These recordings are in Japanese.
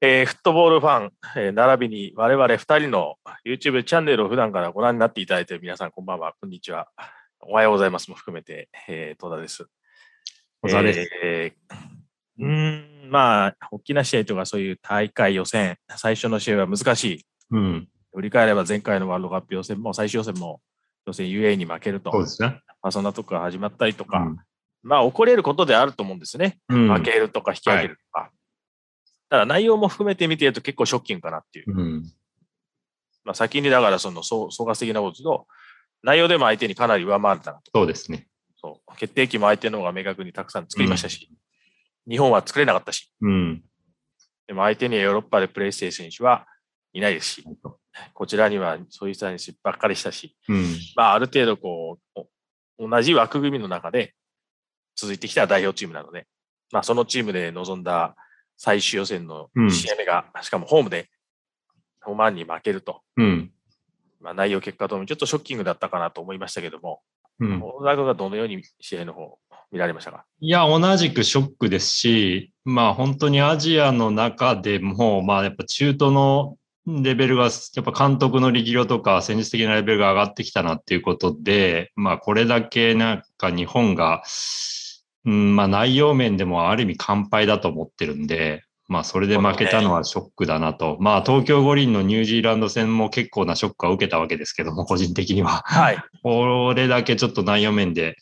えーフットボールファン、えー並びに我々2人の YouTube チャンネルを普段からご覧になっていただいている皆さん、こんばんは、こんにちは。おはようございますも含めて、えー戸田です。小沢です。えーうーん、まあ、大きな試合とかそういう大会予選、最初の試合は難しい。うん。振り返れば前回のワールドカップ予選も最終予選も予選 UA に負けると、そうですね。まあ、そんなとこが始まったりとか、まあ、起こり得ることであると思うんですね。うん。負けるとか引き上げるとか。ただ内容も含めて見てると結構ショッキングかなっていう。うん。まあ、先にだからその総総括的なことと、内容でも相手にかなり上回れたなと。そうですね。そう決定機も相手の方が明確にたくさん作りましたし、日本は作れなかったし、うん。でも相手にはヨーロッパでプレーしている選手はいないですし、こちらにはそういう選手ばっかりしたし、うん。まあ、ある程度こう、お同じ枠組みの中で続いてきた代表チームなので、まあ、そのチームで臨んだ最終予選のうん試合目が、しかもホームでオマーンに負けると、うん。まあ、内容結果ともにちょっとショッキングだったかなと思いましたけども、うん。小田君がどのように試合の方見られましたかいや、同じくショックですし、まあ本当にアジアの中でも、まあやっぱ中東のレベルが、やっぱ監督の力量とか戦術的なレベルが上がってきたなっていうことで、まあこれだけなんか日本が、うん、まあ内容面でもある意味完敗だと思ってるんで、まあそれで負けたのはショックだなと。まあ東京五輪のニュージーランド戦も結構なショックは受けたわけですけども、個人的には。はい。これだけちょっと内容面で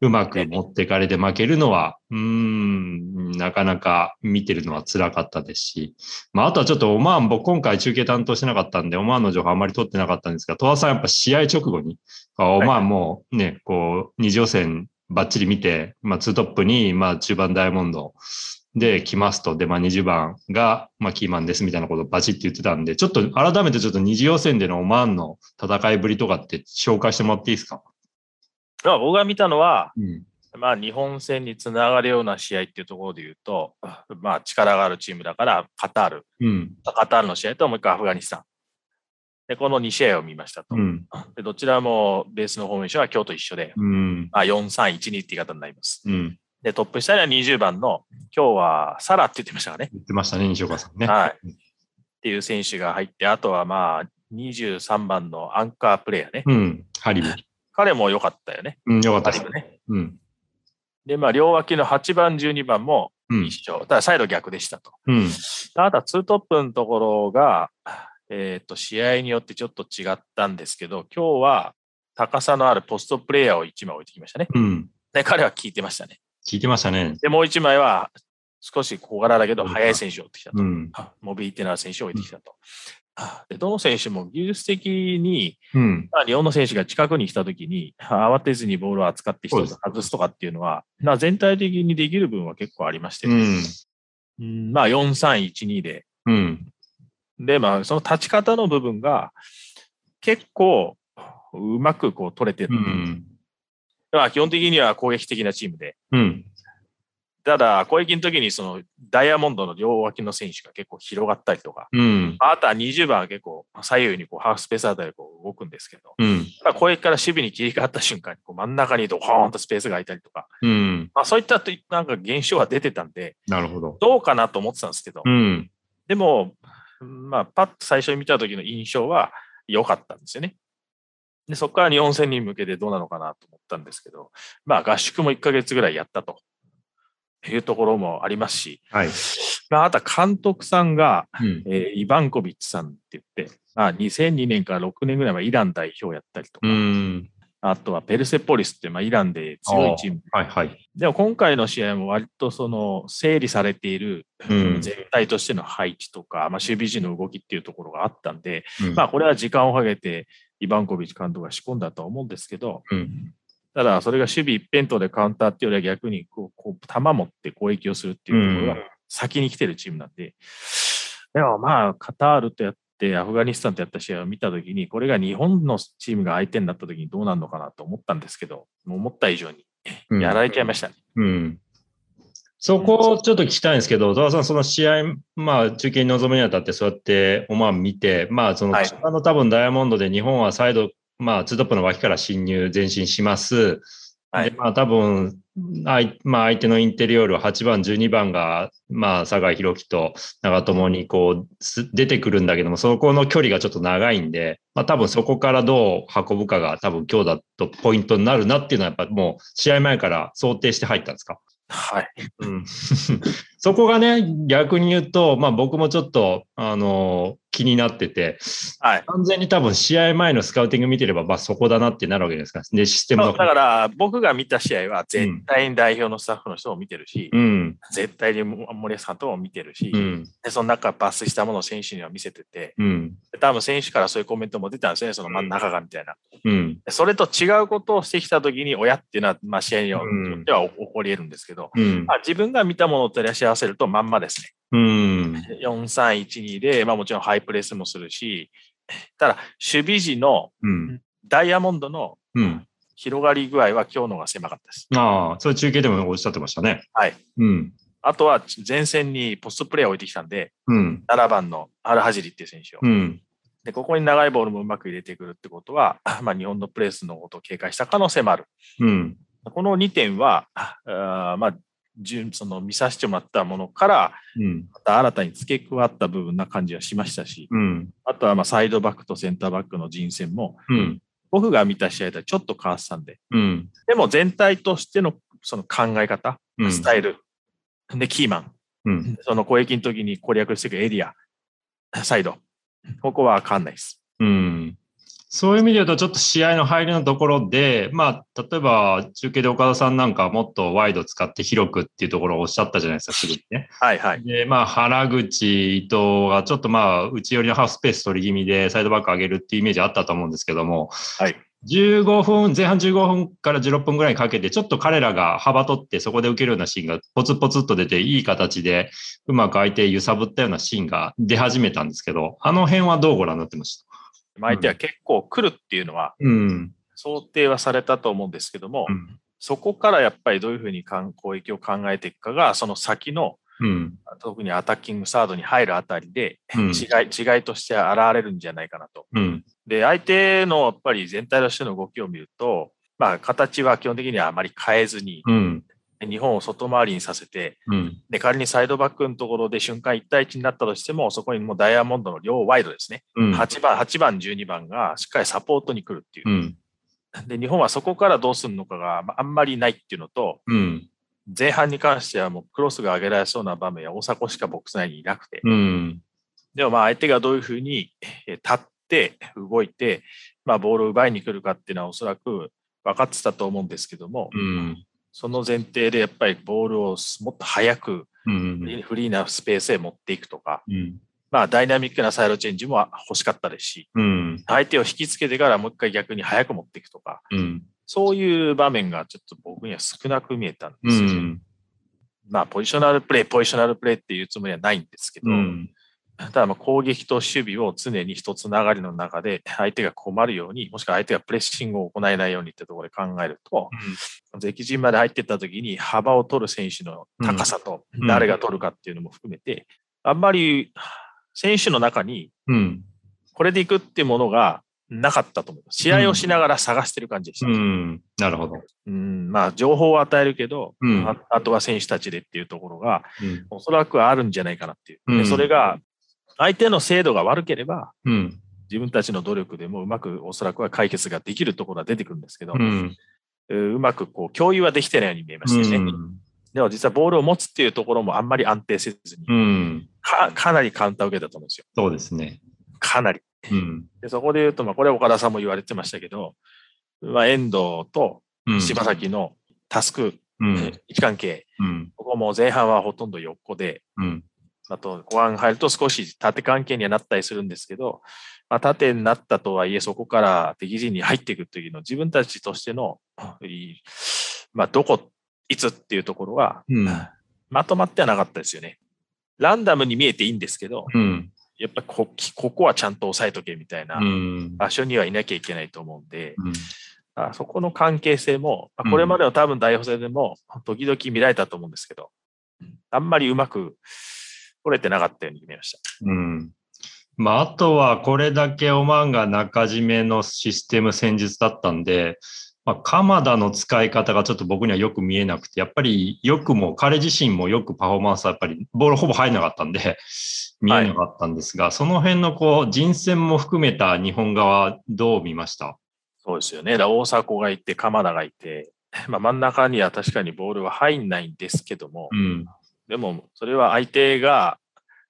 うまく持ってかれて負けるのは、うーん、なかなか見てるのは辛かったですし、まあ、あとはちょっとオマーン、僕今回中継担当してなかったんで、オマーンの情報あんまり取ってなかったんですが、戸田さんやっぱ試合直後に、あオマーンもうね、こう、二次予選バッチリ見て、まあ、ツートップに、まあ、中盤ダイヤモンドで来ますと、で、まあ、20番が、まあ、キーマンですみたいなことをバチって言ってたんで、ちょっと改めてちょっと二次予選でのオマーンの戦いぶりとかって紹介してもらっていいですかまあ、僕が見たのは、うん。まあ、日本戦につながるような試合っていうところで言うと、まあ、力があるチームだから、カタール、うん。カタールの試合ともう一回アフガニスタン。で、この2試合を見ましたとう。ん。でどちらもベースのフォーメーションは今日と一緒で、うん。まあ、4-3-1-2って言い方になります。うん。で、トップ下には20番の、今日はサラって言ってましたかね。言ってましたね、西岡さんね。はい。っていう選手が入って、あとはまあ、23番のアンカープレイヤーね。うん。ハリブ。彼も良かったよね。うん、よかったハリですブ。ね。うん。で、まあ、両脇の8番、12番もうん一。緒。ただ、サイド逆でしたと。うん。あとは2トップのところが、えっ、と、試合によってちょっと違ったんですけど、今日は高さのあるポストプレイヤーを1枚置いてきましたね。うん。で、彼は効いてましたね。聞いてましたね。で、もう1枚は少し小柄だけど、速い選手を置いてきたと。うん。モビリティのある選手を置いてきたと。で、どの選手も技術的に、うん。まあ、日本の選手が近くに来たときに、慌てずにボールを扱ってそう一つです外すとかっていうのは、まあ、全体的にできる分は結構ありまして、うん。うんまあ、4、3、1、2で、うん。で、まあ、その立ち方の部分が、結構、うまくこう取れてうる。ん。まあ、基本的には攻撃的なチームで、うん。ただ、攻撃の時にそのダイヤモンドの両脇の選手が結構広がったりとか、うん。あとは20番は結構左右にこうハーフスペースあたりでこう動くんですけど、うん。ただ攻撃から守備に切り替わった瞬間にこう真ん中にドーンとスペースが空いたりとか、うん。まあ、そういったといなんか現象は出てたんで、なるほど。どうかなと思ってたんですけどう、ん。でも、まあ、パッと最初に見た時の印象は良かったんですよね。で、そこから日本戦に向けてどうなのかなと思ったんですけど、まあ、合宿も1ヶ月ぐらいやったというところもありますし、はい。まあ、あとは監督さんが、うん。えーイバンコビッチさんって言って、まあ、2002年から6年ぐらいはイラン代表をやったりとか、うん。あとはペルセポリスって、まあ、イランで強いチームはいはい。でも今回の試合も割とその整理されているうん全体としての配置とか、まあ、守備陣の動きっていうところがあったんで、うんまあ、これは時間をかけてイバンコビッチ監督が仕込んだとは思うんですけど、うんただそれが守備一辺倒でカウンターっていうよりは逆にこうこう球持って攻撃をするっていうところが先に来てるチームなんで、でもまあカタールとやってアフガニスタンとやった試合を見たときに、これが日本のチームが相手になったときにどうなるのかなと思ったんですけど、もう思った以上にうんやられちゃいましたね。うん。そこをちょっと聞きたいんですけど、戸田さん、その試合、まあ、中継に臨むにあたって、そうやってオマーン見て、まあ、その、はいあの多分ダイヤモンドで日本は再度、まあ、ツートップの脇から侵入、前進します。はで、いまあ、多分あいまあ、相手のインテリオール8番、12番が、まあ、酒井宏樹と長友にこうす出てくるんだけども、そこの距離がちょっと長いんで、まあ、多分そこからどう運ぶかが多分今日だとポイントになるなっていうのは、やっぱもう試合前から想定して入ったんですかはい。うん そこがね、逆に言うと、まあ僕もちょっと、あの気になってて、はい。完全に多分試合前のスカウティング見てれば、まあそこだなってなるわけですから、で、システムそうのだから、僕が見た試合は、絶対に代表のスタッフの人も見てるし、うん、絶対に森保監督も見てるし、うん、でその中、抜粋したものを選手には見せてて、うん、で多分選手からそういうコメントも出たんですよね、その真ん中がみたいな。うん、でそれと違うことをしてきたときに、親っていうのは、まあ、試合によっては起こり得るんですけど、うんま、あ、自分が見たものと照らし合わせるとまんまですね。うん、 4-3-1-2で、まあもちろんハイプレスもするし、ただ、守備時のうん、ダイヤモンドのうん。広がり具合は今日のが狭かったです。ああ、それ中継でもおっしゃってましたね。はい。うん、あとは前線にポストプレーを置いてきたんで、うん、 7番のアルハジリっていう選手を。うん、で、ここに長いボールもうまく入れてくるってことは、 まあ日本のプレスのことを警戒した可能性もある。うん、この2点は、あーまあ、順その見させてもらったものから、うん、また新たに付け加わった部分な感じはしましたし、うん、あとはまあサイドバックとセンターバックの人選も、うん、僕が見た試合とはちょっと変わってたんで、うん、でも全体としてのその考え方、うん、スタイル、で、キーマン、うん、その攻撃の時に攻略していくエリア、サイド、ここはわかんないです。うん。そういう意味で言うと、ちょっと試合の入りのところで、まあ、例えば、中継で岡田さんなんかはもっとワイド使って広くっていうところをおっしゃったじゃないですか、すぐにね。はいはい。で、まあ、原口、伊藤がちょっとまあ、内寄りのハーフスペース取り気味で、サイドバック上げるっていうイメージあったと思うんですけども、はい。 15分、前半15分から16分ぐらいにかけて、ちょっと彼らが幅取って、そこで受けるようなシーンがポツポツっと出て、いい形で、うまく相手揺さぶったようなシーンが出始めたんですけど、あの辺はどうご覧になってました相手は結構来るっていうのはうん。想定はされたと思うんですけども、うんそこからやっぱりどういうふうにかん攻撃を考えていくかが、その先の、うん。特にアタッキングサードに入るあたりで、うん違い、違いとして現れるんじゃないかなと。うん。で、相手のやっぱり全体としての動きを見ると、まあ、形は基本的にはあまり変えずに、うん。日本を外回りにさせて、うん。で仮にサイドバックのところで瞬間1対1になったとしても、そこにもうダイヤモンドの両ワイドですね、うん。 8番、8番、12番がしっかりサポートに来るっていうう、ん。 で日本はそこからどうするのかがまああんまりないっていうのと、うん。前半に関してはもうクロスが上げられそうな場面は大迫しかボックス内にいなくて、うん。でもまあ相手がどういうふうにえー立って動いて、まあ、ボールを奪いに来るかっていうのはおそらく分かってたと思うんですけども、うん。その前提でやっぱりボールをもっと早くフリーフリーなスペースへ持っていくとか、うん。まあ、ダイナミックなサイドチェンジも欲しかったですし、うん。相手を引きつけてからもう一回逆に早く持っていくとか、うん。そういう場面がちょっと僕には少なく見えたんでうすよね。ん。まあ、ポジショナルプレー、ポジショナルプレーっていうつもりはないんですけど、うん。ただまあ攻撃と守備を常に一つ流れの中で相手が困るように、もしくは相手がプレッシングを行えないようにってところで考えると、敵陣まで入ってった時に幅を取る選手の高さとうん誰が取るかっていうのも含めて、あんまり選手の中にうん。これでいくっていうものがなかったと思う。試合をしながら探してる感じでした。ううんん。なるほど。まあ、情報を与えるけど、うんあ、あとは選手たちでっていうところが、うん。おそらくあるんじゃないかなっていう。でうんそれが、相手の精度が悪ければ、うん。自分たちの努力でもうまくおそらくは解決ができるところは出てくるんですけど、ううん。うまくこう共有はできてないように見えましたよね。でも実はボールを持つっていうところもあんまり安定せずに、うん。かかなりカウンターを受けたと思うんですよ。そうですね。かなり。うん。でそこで言うと、まあ、これは岡田さんも言われてましたけど、まあ、遠藤と柴崎のタスク、うん。位置関係、うん。ここも前半はほとんど横で、うん。あと、後半入ると少し縦関係にはなったりするんですけど、まあ、縦になったとはいえ、そこから敵陣に入っていくというの、自分たちとしての、いいまあ、どこ、いつっていうところは、うんまとまってはなかったですよね。ランダムに見えていいんですけど、うん。やっぱこここはちゃんと押さえとけみたいなうん。場所にはいなきゃいけないと思うんで、あそこの関係性も、まあこれまでの多分代表戦でも時々見られたと思うんですけど、あんまりうまく取れてなかったように見えました。うん。まあ、あとはこれだけオマーンが中締めのシステム戦術だったんで、まあ、鎌田の使い方がちょっと僕にはよく見えなくて、やっぱりよくも、彼自身もよくパフォーマンスはやっぱりボールほぼ入らなかったんで、見えなかったんですが、その辺のこう、人選も含めた日本側、どう見ましたそうですよね。だ大迫がいて、鎌田がいて、 まあ、真ん中には確かにボールは入んないんですけども、うん。でもそれは相手が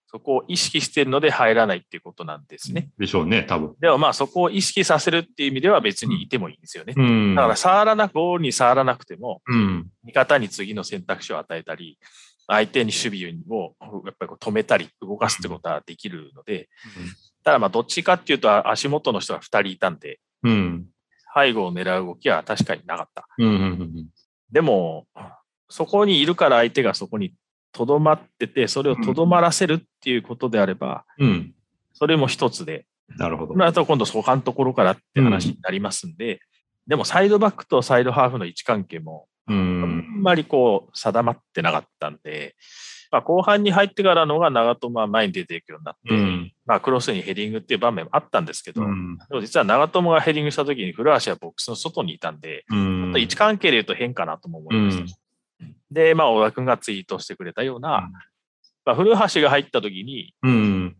そこを意識してるので入らないっていうことなんですね。でしょうね、多分。でもまあそこを意識させるっていう意味では別にいてもいいんですよね。うん。だから触らなく、ボールに触らなくても、うん。味方に次の選択肢を与えたり、相手に守備をやっぱりこう止めたり、動かすってことはできるので、ただまあどっちかっていうと足元の人が2人いたんで、うん。背後を狙う動きは確かになかった。うん。うん。でも、そこにいるから相手がそこにとどまってて、それをとどまらせるっていうことであれば、うん。それも一つで、なるほどそ。の後今度そこのところからって話になりますんで、でもサイドバックとサイドハーフの位置関係も、うあん。んまりこう定まってなかったんで、まあ、後半に入ってからのが長友は前に出ていくようになって、うん。まあ、クロスにヘディングっていう場面もあったんですけど、うん。でも実は長友がヘディングした時に古橋はボックスの外にいたんで、うちょっんと位置関係で言うと変かなとも思ういました。ん。で、まあ、小田君がツイートしてくれたような、まあ、古橋が入った時に、うん。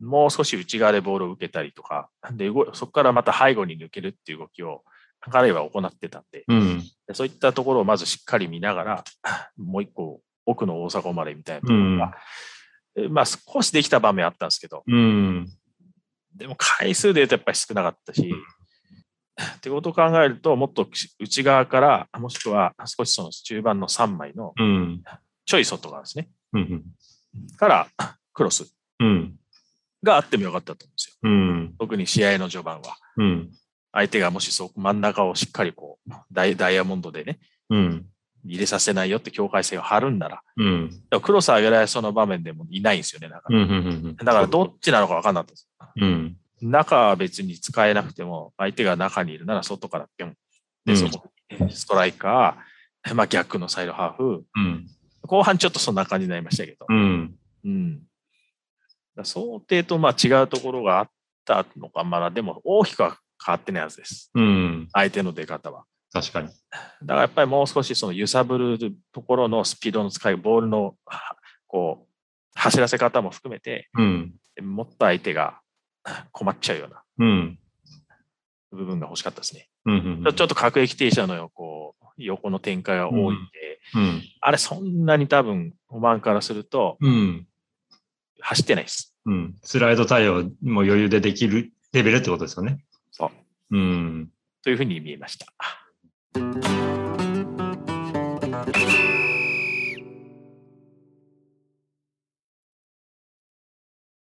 もう少し内側でボールを受けたりとか、で動いそこからまた背後に抜けるっていう動きを彼は行ってたんで、うん。でそういったところをまずしっかり見ながら、 もう一個奥の大阪までみたいなところが、えまあ、少しできた場面あったんですけど、うん。でも回数で言うとやっぱり少なかったし、ってことを考えると、もっと内側から、もしくは少しその中盤の3枚のうん。ちょい外側ですね、うん。から クロスうん。があってもよかったと思うんですよ。うん。特に試合の序盤は。うん。相手がもしそこ真ん中をしっかりこうダイダイヤモンドでね、うん。入れさせないよって境界線を張るんなら、うん。でもクロス上げられそうな場面でもいないんですよね、だかうら。ん。だからどっちなのか分かんなかったです。うん。中は別に使えなくても、相手が中にいるなら外からピョン。うで、んそこ、ストライカー、 まあ、逆のサイドハーフ。うん。後半ちょっとそんな感じになりましたけど。うん。うん。だから想定とまあ違うところがあったのか、まだでも大きくは変わってないはずです。うん。相手の出方は。確かに。だからやっぱりもう少しその揺さぶるところのスピードの使い、ボールのはこう走らせ方も含めて、うん。もっと相手が困っちゃうようなうん。部分が欲しかったですね。うん。ちょちょっと各駅停車の横横の展開が多いんで、うんうん。あれそんなに多分、オマーンからするとうん。走ってないです。うん。スライド対応も余裕でできるレベルってことですよね。。そううん。というふうに見えました。